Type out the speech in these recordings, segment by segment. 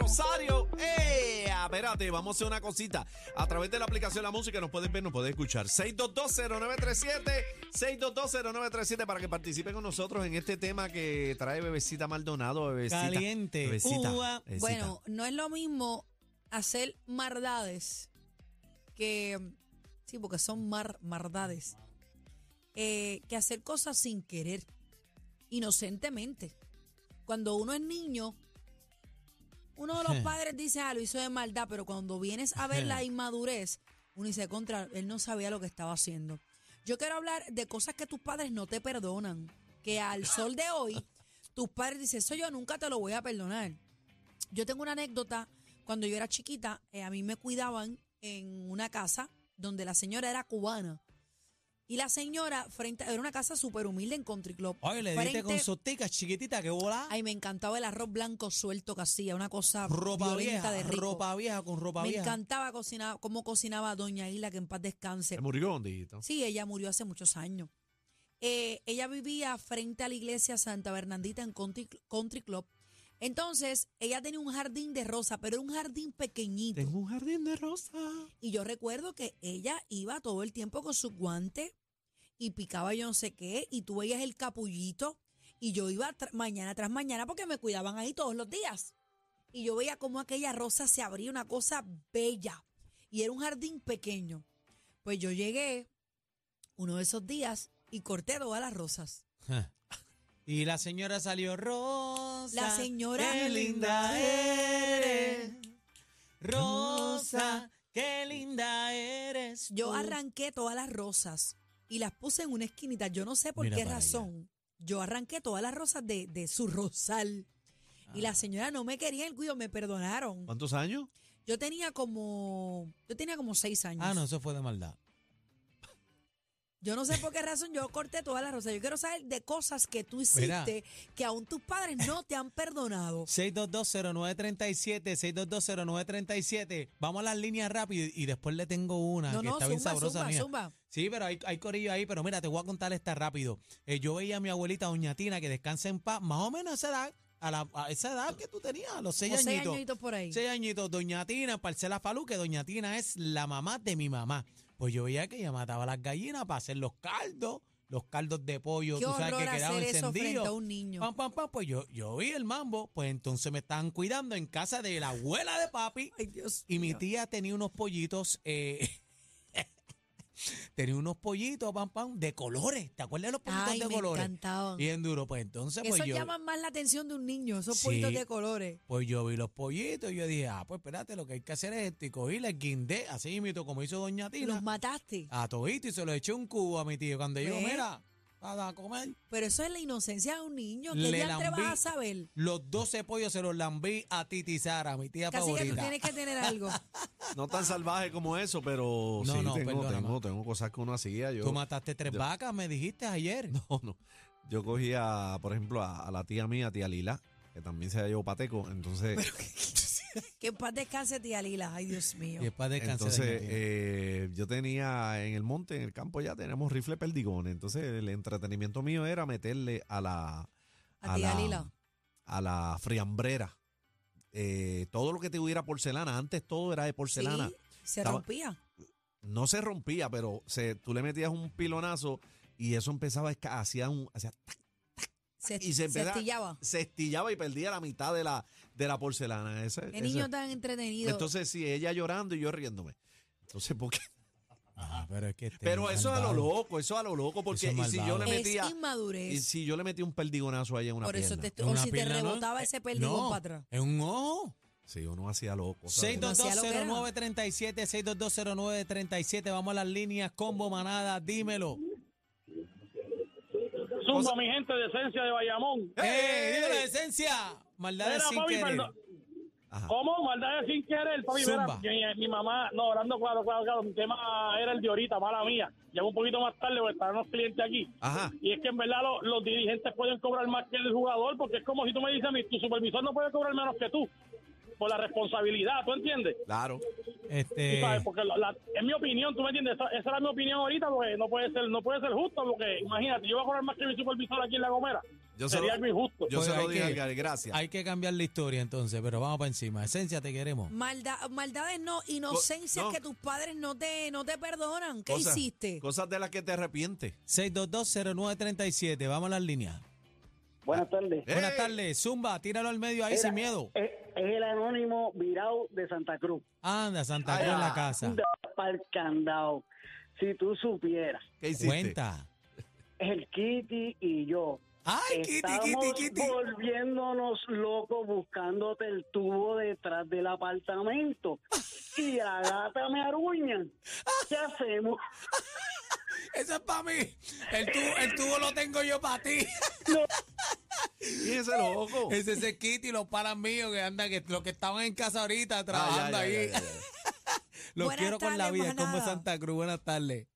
Rosario. ¡Eh! Espérate, vamos a hacer una cosita. A través de la aplicación La Música nos puedes ver, nos puedes escuchar. 6220937, 6220937 para que participen con nosotros en este tema que trae Bebecita Maldonado, Bebecita. Caliente. Bebecita, Uva. Bebecita. Bueno, no es lo mismo hacer mardades que. Sí, porque son mar, mardades. eh, que hacer cosas sin querer, inocentemente. Cuando uno es niño, uno de los padres dice, ah, lo hizo de maldad, pero cuando vienes a ver la inmadurez, uno dice, contra, él no sabía lo que estaba haciendo. Yo quiero hablar de cosas que tus padres no te perdonan, que al sol de hoy, tus padres dicen, eso yo nunca te lo voy a perdonar. Yo tengo una anécdota. Cuando yo era chiquita, eh, a mí me cuidaban en una casa donde la señora era cubana. Y la señora, frente, era una casa súper humilde en Country Club. Oye, le diste Frente- con sus ticas chiquititas, que bola. Ay, me encantaba el arroz blanco suelto que hacía, una cosa ropa violenta vieja, de rico. ropa vieja con ropa me vieja. encantaba cocinar, cómo cocinaba Doña Isla, que en paz descanse. Se murió hondito. Sí, ella murió hace muchos años. Eh, ella vivía frente a la iglesia Santa Bernardita en Country, Country Club. Entonces, ella tenía un jardín de rosa, pero era un jardín pequeñito. Tengo un jardín de rosa. Y yo recuerdo que ella iba todo el tiempo con sus guantes y picaba yo no sé qué, y tú veías el capullito. Y yo iba tra- mañana tras mañana porque me cuidaban ahí todos los días. Y yo veía cómo aquella rosa se abría, una cosa bella. Y era un jardín pequeño. Pues yo llegué uno de esos días y corté todas las rosas. Y la señora salió rosa. La señora- Qué linda eres. Rosa, qué linda eres. Yo tú. arranqué todas las rosas y las puse en una esquinita. Yo no sé por Mira qué para allá. razón. Yo arranqué todas las rosas de, de su rosal. Y Ah. la señora no me quería el cuido, me perdonaron. ¿Cuántos años? Yo tenía como. Yo tenía como seis años. Ah, no, eso fue de maldad. Yo no sé por qué razón yo corté todas las rosas. Yo quiero saber de cosas que tú hiciste Mira. que aún tus padres no te han perdonado. 6220937, 6220937. Vamos a las líneas rápido y después le tengo una No, Ah, que no, está zumba, bien sabrosa zumba, mía. zumba. Sí, pero hay, hay corillo ahí, pero mira, te voy a contar esta rápido. Eh, yo veía a mi abuelita, doña Tina, que descansa en paz, más o menos a esa edad, a, la- a esa edad que tú tenías, a los seis O seis añitos. añitos por ahí. Seis añitos, doña Tina, Parcela Falú, que doña Tina es la mamá de mi mamá. Pues yo veía que ella mataba las gallinas para hacer los caldos, los caldos de pollo, Qué tú sabes horror que quedaban hacer eso frente encendidos. a un niño. Pam, pam, pam, pues yo, yo vi el mambo, pues entonces me estaban cuidando en casa de la abuela de papi. Ay, Dios. Y mi mío. tía tenía unos pollitos, eh, tenía unos pollitos, pam, pam, de colores. ¿Te acuerdas de los pollitos Ay, de me colores? encantaban. Bien duro, pues entonces Eso pues yo, llama más la atención de un niño, esos Sí. pollitos de colores. pues yo vi los pollitos y yo dije, ah, pues espérate, lo que hay que hacer es esto. Y cogí la guindé, así mismo, como hizo Doña Y los Tina, mataste. a todito y se los eché un cubo a mi tío. Cuando yo, ¿Ves? mira, para comer. Pero eso es la inocencia de un niño. ¿Qué Le diantre vas lambí a saber? Los 12 pollos se los lambí a Titi Sara, mi tía Casi que tú favorita. tienes que tener algo. No tan salvaje como eso, pero No, sí, no, tengo, perdona, tengo, ma. tengo cosas que uno hacía. Yo, Tú mataste tres yo- vacas, me dijiste ayer. No, no. Yo cogía, por ejemplo, a, a la tía mía, tía Lila, que también se llevó pateco. Entonces, que en paz descanse, tía Lila. Ay, Dios mío. Y es para descansar. entonces eh, yo tenía en el monte, en el campo ya teníamos rifle perdigón. Entonces, el entretenimiento mío era meterle a la. A tía Lila. A la friambrera. Eh, todo lo que tuviera porcelana. Antes todo era de porcelana. Sí, se Estaba- rompía. no se rompía, pero se, tú le metías un pilonazo y eso empezaba a esca- hacía un hacía tac, Se, Y se se empezaba- astillaba. se estillaba y perdía la mitad de la de la porcelana. Ese- Qué e- ese- niño tan entretenido. Entonces sí, ella llorando y yo riéndome. Entonces, ¿por qué? Ah, pero es que este Pero es eso a lo malvado. loco, eso a lo loco, porque Eso es y si yo le malvado. es metía inmadurez. y si yo le metía un perdigonazo ahí en una Por eso pierna. te En estoy- o una si te pierna, ¿no? Eh, rebotaba ese perdigón no, para atrás. Es un ojo. Sí, uno hacía loco. ¿sabes? 6220937, 6220937. Vamos a las líneas combo manada, dímelo. Zumba, mi gente de esencia de Bayamón. ¡Ey, ¡Eh, ey, dime la ey! esencia! Maldades Mira, sin papi, querer. perdón. Ajá. Oh. ¿Cómo? Maldades sin querer, papi. mira, Zumba. mi, mi mamá, no, hablando claro, claro, claro. Mi tema era el de ahorita, mala mía. Llegó un poquito más tarde porque estaban los clientes aquí. Ajá. Y es que en verdad lo- los dirigentes pueden cobrar más que el jugador porque es como si tú me dices a mí, tu supervisor no puede cobrar menos que tú. por la responsabilidad, ¿tú entiendes? Claro. Tú Este, sabes, porque la- la- es mi opinión, ¿tú me entiendes? Esa, esa era mi opinión ahorita, porque no puede ser, no puede ser justo, porque imagínate, yo voy a cobrar más que mi supervisor aquí en La Gomera. Yo se Sería lo, algo injusto. yo Pues se lo hay dije que- al Gary, gracias. hay que cambiar la historia entonces, pero vamos para encima. Esencia, te queremos. Malda- maldades no, inocencias Oh, no. que tus padres no te, no te perdonan. ¿Qué Cosas- hiciste? Cosas de las que te arrepientes. 6220937, vamos a las líneas. Buenas tardes. Eh, Buenas tardes, Zumba, tíralo al medio ahí Era- sin miedo. Es, es el anónimo virado de Santa Cruz. Anda, Santa Ay, Cruz en la ah, casa. Para el candado. Si tú supieras, ¿Qué hiciste? Cuenta. el Kitty y yo Ay, Kitty, estamos Kitty, Kitty. volviéndonos locos buscándote el tubo detrás del apartamento. Ah. Y la gata me aruña. ¿Qué hacemos? Eso es para mí. El tubo, el tubo lo tengo yo para ti. ¿Quién es ese loco? Ese es el Kitty, los panas míos que andan, que los que estaban en casa ahorita Ah, ya, trabajando ya, ahí. ya, ya, ya. Los Buenas quiero con la tardes, vida, es como manada. Santa Cruz. Buenas tardes.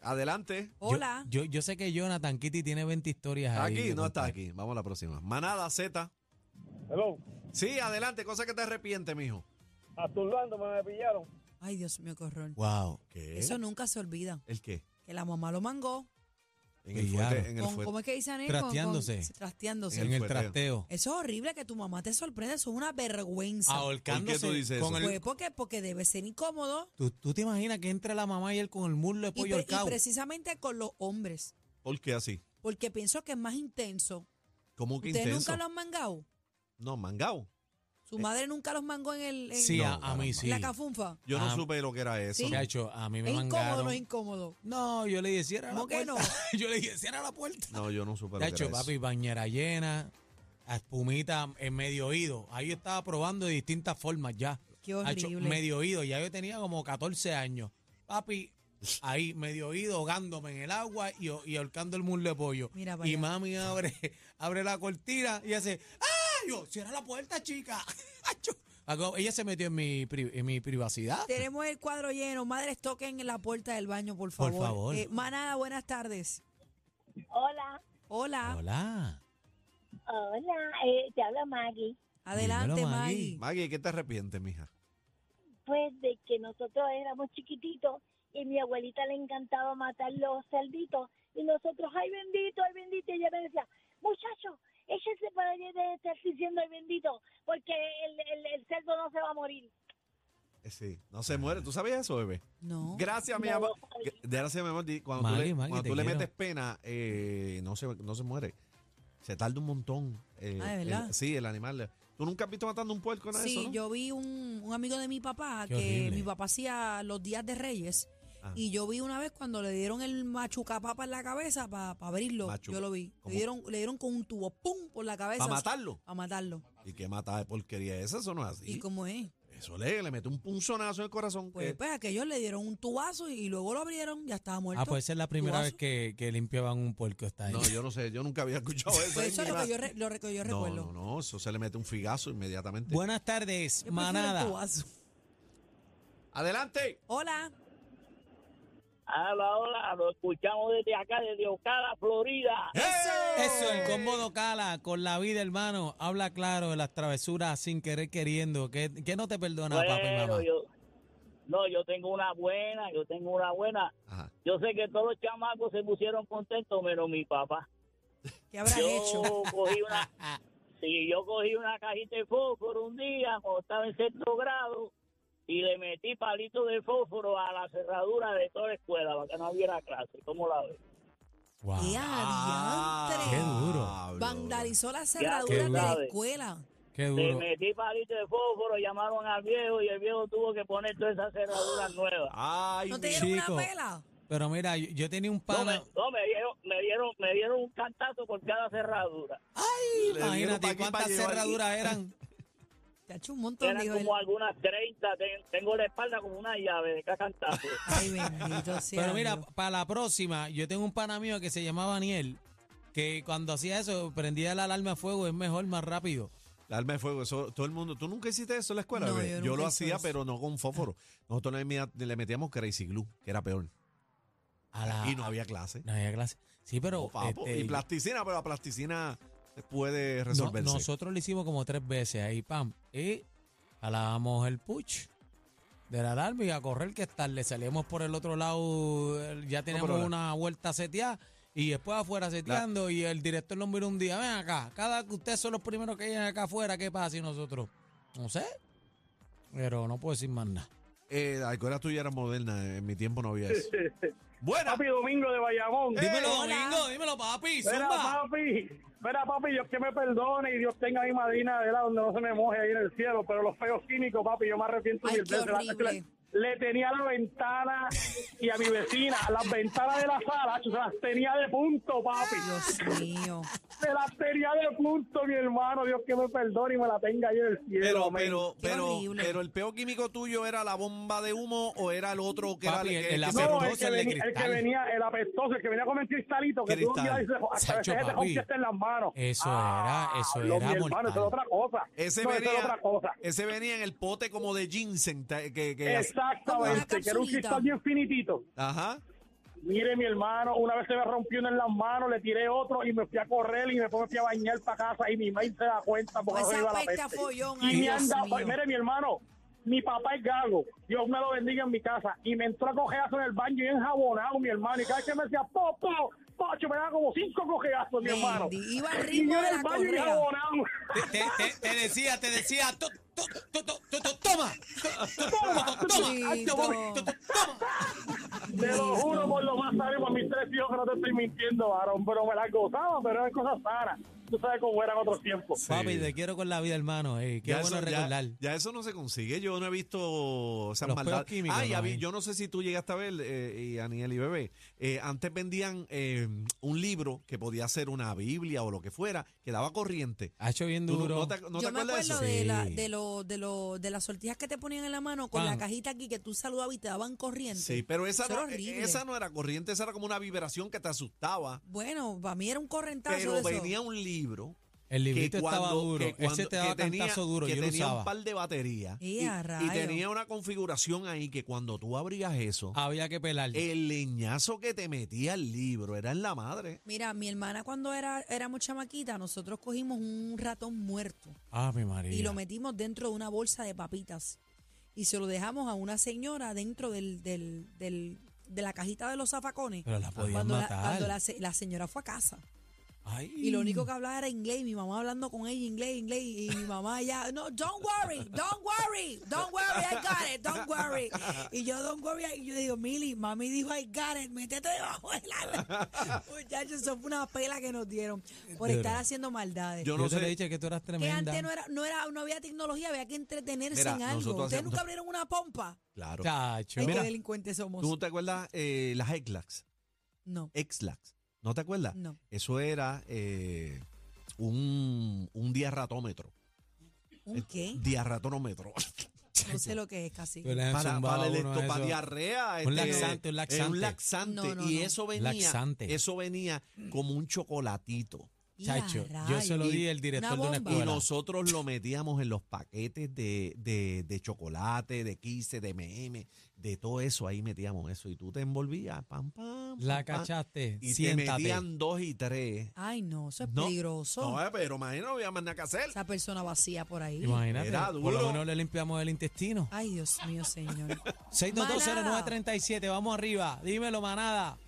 Adelante. Yo- Hola. Yo, yo, sé que Jonathan Kitty tiene 20 historias ahí. Aquí, que no está contar. aquí. Vamos a la próxima. Manada Z. Hello, Sí, adelante. Cosas que te arrepientes, mijo. Aturlando me pillaron. Ay, Dios mío, qué horror. Wow. ¿Qué? Eso nunca se olvida. ¿El qué? Que la mamá lo mangó. En el Pillaron. fuerte. En el Con, fuerte. ¿Cómo es que dicen eso? Trasteándose. trasteándose. En el fueteo. trasteo. Eso es horrible que tu mamá te sorprenda. Eso es una vergüenza. Ahorcándose ¿Por qué tú dices con eso? el- Pues porque, porque debe ser incómodo. ¿tú, tú te imaginas que entra la mamá y él con el muslo de Y, pollo pre- y ahorcado? precisamente con los hombres. ¿Por qué así? Porque pienso que es más intenso. ¿Cómo que ¿Ustedes intenso? nunca lo han mangado? No, mangao. Su madre nunca los mangó en, el, en- Eh, Sí, No, a, a mí caramba. sí. la cafunfa. Yo no Ah. supe lo que era eso. Sí. Chacho, a mí me Es incómodo, mangaron. no es incómodo. No, yo le dije, cierra la ¿Cómo que puerta. yo le dije, cierra la puerta. No, yo no supe lo que De era hecho, eso. papi, bañera llena, a espumita en medio oído. Ahí estaba probando de distintas formas ya. Qué Ha hecho horrible. medio oído, ya yo tenía como 14 años. Papi, ahí medio oído, ahogándome en el agua y, y ahorcando el muslo de pollo. Mira para y allá. mami abre, abre la cortina y hace, ¡ah! Yo, cierra la puerta, chica. Acho. Hago- Ella se metió en mi, pri- en mi privacidad. Tenemos el cuadro lleno. Madres, toquen la puerta del baño, por favor. favor. Eh, manada, buenas tardes. Hola, Hola. Hola. hola, eh, te habla Maggie. Adelante, Dímelo, Maggie. Maggie. Maggie, ¿qué te arrepientes, mija? Pues de que nosotros éramos chiquititos y mi abuelita le encantaba matar los cerditos y nosotros, ay bendito, ay bendito, y ella me decía, muchacho, échese para allá de estar diciendo ay bendito, porque el, el, el cerdo no se va a morir. Eh, Sí, no se Ah. muere. ¿Tú sabías eso, bebé? No. Gracias, mi No, amor. no sabía. Gracias, mi amor. Di- Cuando tú, Maggie, le, Maggie, cuando te tú le quiero. metes pena, eh, no, se, no se muere. Se tarda un montón. eh, Ah, ¿de verdad? el- sí, el animal. ¿Tú nunca has visto matando un puerco? Nada de Sí, eso, ¿no? yo vi un, un amigo de mi papá Qué que horrible. mi papá hacía los días de Reyes. Ah. Y yo vi una vez cuando le dieron el machucapapa en la cabeza para abrirlo. Machuca- Yo lo vi. ¿Cómo? Le dieron, le dieron con un tubo, ¡pum! por la cabeza. ¿Para matarlo? Para matarlo. ¿Y qué matada de porquería es esa? Eso no es así. ¿Y cómo es? Eso le, le mete un punzonazo en el corazón. Pues, que- pues aquellos le dieron un tubazo y luego lo abrieron, ya estaba muerto. Ah, pues esa es la primera Tubazo. vez que, que limpiaban un puerco esta no, yo no sé. Yo nunca había escuchado eso. Pues eso en es mi lo que vida. yo, re- lo re- que yo no, recuerdo. no, no. Eso se le mete un figazo inmediatamente. Buenas tardes, Yo prefiero el manada. tubazo. ¡Adelante! Hola. Hola, hola, lo escuchamos desde acá, desde Ocala, Florida. Eso, el combo Docala, con la vida, hermano. Habla claro de las travesuras sin querer queriendo. que no te perdona, papá y mamá? yo, no, yo tengo una buena, yo tengo una buena. Ajá. Yo sé que todos los chamacos se pusieron contentos, menos mi papá. ¿Qué habrás Yo hecho? cogí una, sí, yo cogí una cajita de fósforo un día cuando estaba en sexto grado y le metí palito de fósforo a la cerradura de toda la escuela para que no hubiera clase. ¿Cómo la ves? Wow. ¡Qué adiantre! Ah. qué duro. Ah, Diablo, Vandalizó la Qué cerradura de la grave. escuela. Qué Le duro. metí palito de fósforo, llamaron al viejo y el viejo tuvo que poner todas esas cerraduras nuevas. Ay, ¿No te mi- dieron Chico. una pela? Pero mira, yo, yo tenía un No, me, pana. no, me dieron, me dieron, me dieron un cantazo por cada cerradura. le dieron pa' Imagínate aquí, pa' cuántas llevar. cerraduras eran. Te ha hecho un montón, Eran dijo él. como algunas 30, ten- tengo la espalda como una llave de cada cantazo. Ay, bendito sea. Pero mira, Dios. para la próxima, yo tengo un pana mío que se llamaba Daniel, que cuando hacía eso, prendía la alarma a fuego, es mejor, más rápido. La Arma de fuego, eso, todo el mundo. ¿Tú nunca hiciste eso en la escuela? No, bebé? yo yo nunca lo hice hacía, eso. pero no con fósforo. Nosotros le, mía- le metíamos crazy glue, que era peor. A la, y no había clase. no había clase. Sí, Ah. pero. No, papo. este, y plasticina, pero la plasticina puede no- resolverse. nosotros lo hicimos como tres veces ahí, pam. Y Jalábamos el push de la alarma y a correr que es tarde. Salíamos por el otro lado, eh, ya tenemos pero la- una vuelta seteada y después afuera seteando y el director nos miró un día, ven acá, cada que ustedes son los primeros que llegan acá afuera, ¿qué pasa? Y nosotros, no sé, pero no puedo decir más nada. Eh, la escuela tuya era moderna, en mi tiempo no había eso. Buena. Papi Domingo de Bayamón. Eh, Eh, Dímelo, hola. Domingo, dímelo, papi, Mira, zumba. papi, mira, papi, Dios que me perdone y Dios tenga mi madrina de la donde no se me moje ahí en el cielo, pero los feos cínicos, papi, yo me arrepiento Ay, mil qué veces. La- horrible. Le, le tenía la ventana y a mi vecina, las ventanas de la sala, se las tenía de punto, papi. Dios mío. Se las tenía de punto, mi hermano, Dios que me perdone y me la tenga ahí en el cielo. Pero, amén. pero, Qué pero, horrible. pero el peo químico tuyo era la bomba de humo o era el otro que Papi, era el- el que- Ah, pero No, no el es que, el de venía, el que cristal. venía, el apestoso, el que venía con el cristalito, que tú un día Cristal. dices, este hasta Sacho, veces te papi. rompiste en las manos. Eso Ah, era, eso lo, era mi hermano, mortal. eso es otra cosa. Ese, No, eso es venía, otra cosa. ese venía en el pote como de ginseng. ta- Que, Eh, que- Como una Exactamente, que era un capsulita. cristal bien finitito. Ajá. Mire, mi hermano, una vez se me rompió uno en las manos, le tiré otro y me fui a correr y después me fui a bañar para casa y mi madre se da cuenta Pues porque no esa iba a la peste a peste. follón, Y ay, me Dios anda, mío. mire, mi hermano, mi papá es gago, Dios me lo bendiga en mi casa y me entró a cojeazo en el baño y enjabonado, mi hermano, y cada vez que me decía, po, po, pocho, me daba como cinco cojazos, mi hermano. Bendy, Iba al Y ritmo yo de en la el baño y correa. enjabonado. Te, te, te- te decía, te decía, to- to- to- to- to- to- toma, to- to- toma, to- toma, ay, Tito. toma, to- to- toma. Te lo juro por lo más sano y por mis tres hijos que no te estoy mintiendo, varón, pero me las gozaba, pero eran cosas sanas. Tú sabes cómo eran otros tiempos. Papi, te quiero con la vida, hermano. ey, qué Ya bueno eso, ya- recordar. ya eso no se consigue. Yo no he visto esas Los maldades. peos químicos, Ah, ya no vi- hay. yo no sé si tú llegaste a ver, eh, y Aniel y Bebé. eh, antes vendían eh, un libro que podía ser una Biblia o lo que fuera, que daba corriente. Ha hecho bien ¿Tú no- duro. ¿No te, no te Yo me acuerdas de acuerdo eso? de, la, Sí. de, lo, de, lo, de las sortijas que te ponían en la mano con Pan. la cajita aquí que tú saludabas y te daban corriente. Sí, pero esa Eso era no, e-, horrible. esa no era corriente, esa era como una vibración que te asustaba. Bueno, para mí era un correntazo de Pero eso. venía un libro El librito que estaba cuando- duro. que cuando- Ese te que daba tenía- cantazo duro. que Yo lo tenía un usaba. par de baterías. ¡Eh, a y, rayos! tenía una configuración ahí que cuando tú abrías eso, Había que pelar. el leñazo que te metía el libro era en la madre. Mira, mi hermana cuando era éramos chamaquita, nosotros cogimos un ratón muerto Ah, mi María. y lo metimos dentro de una bolsa de papitas y se lo dejamos a una señora dentro del, del, del- de la cajita de los zafacones. Pero la podían cuando matar. Mm. La, cuando la se- la señora fue a casa. Ay. Y lo único que hablaba era inglés, y mi mamá hablando con ella inglés, inglés, y mi mamá ya, no, don't worry, don't worry, don't worry, I got it, don't worry. Y yo, don't worry, y yo digo, Mili, mami dijo, I got it, métete debajo del ala. Muchachos, eso fue una pela que nos dieron por Pero- estar haciendo maldades. Yo Yo no te sé. le dije que tú eras que tremenda. antes no era, no era, no había tecnología, había que entretenerse Mira, en algo. nosotros Ustedes hacíamos- nunca abrieron una pompa. Claro. Chacho. Ay, qué Mira, delincuentes somos. ¿Tú no te acuerdas eh, las Exlax? no, Exlax. ¿No te acuerdas? no. Eso era eh, un, un diarratómetro. Eh, ¿Un qué? Diarratómetro. No sé lo que es casi. Tú le has para, zumbado para, el Ah, uno esto- de para esos. diarrea. Un este, laxante, un eh, laxante. un laxante. No, no, y no. eso venía. Laxante. Eso venía como un chocolatito. Y a Chacho. Yo se lo rayos. di al director Una de una bomba. Y escuela. nosotros lo metíamos en los paquetes de, de, de chocolate, de 15, de MM, de todo eso. Ahí metíamos eso. Y tú te envolvías, pam, pam. La pam, pam, cachaste. Ah, Y te Siéntate. metían dos y tres. Ay, no, eso es No, peligroso. No, eh, pero imagino, no había más nada que hacer. Esa persona vacía por ahí. Imagínate. Era Por duro. lo menos le limpiamos el intestino. Ay, Dios mío, señor. 6220937, vamos arriba. Dímelo, manada.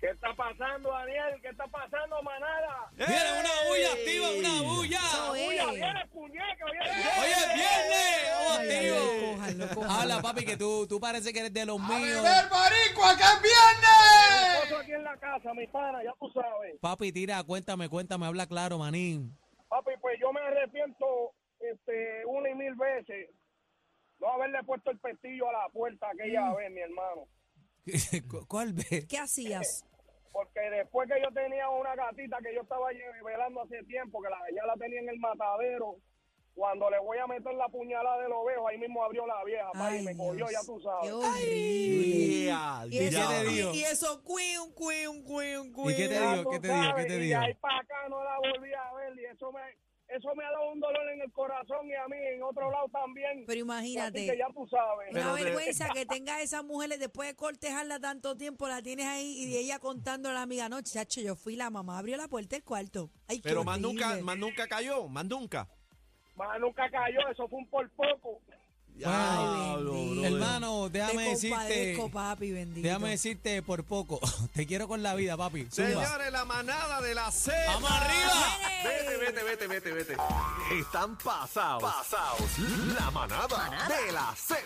¿Qué está pasando, Daniel? ¿Qué está pasando, manada? Viene una bulla, ¡Ey! activa una bulla. Eso es. ¡Uy, viene, puñeca, viene! Oye, es viernes, vamos Ay, ay, ay, activo. cójanlo, cójanlo. Habla, papi, que tú, tú parece que eres de los míos. Otro aquí en la casa, mi pana, ya tú sabes. Papi, tira, cuéntame, cuéntame, habla claro, manín. Papi, pues yo me arrepiento este, una y mil veces no haberle puesto el pestillo a la puerta Mm. aquella vez, mi hermano. ¿Cu- ¿Cuál ve? ¿Qué hacías? Eh, Porque después que yo tenía una gatita que yo estaba lle- velando hace tiempo, que la, ya la tenía en el matadero, cuando le voy a meter la puñalada del ovejo, ahí mismo abrió la vieja, pa, y Ay, me cogió, Dios. ya tú sabes. Qué horrible. Yeah, Y eso, ¿Qué te dijo? y eso, cuiun, cuiun, cuiun, ¿Y qué te cuiun. Ya digo? tú ¿Qué te digo? ¿Qué sabes, te y digo? de ahí para acá no la volví a ver y eso me, eso me ha dado un dolor en el corazón y a mí en otro lado también. Pero Así que imagínate, ya tú sabes. una Pero de- vergüenza que tenga esas mujeres después de cortejarla tanto tiempo, la tienes ahí Mm. y ella contando a la amiga, no, chacho, yo fui la mamá, abrió la puerta del cuarto. Ay, qué Pero más horrible. nunca, más nunca cayó, más nunca. Más nunca cayó, eso fue un por poco. Diablo, bendito. brother. Hermano, déjame te decirte. compadezco, papi, bendito. Déjame decirte por poco. Te quiero con la vida, papi. Zumba. Señores, la manada de la Z. ¡Vamos arriba! Vete, vete, vete, vete, vete. Están pasados. Pasados. La manada, de la Z.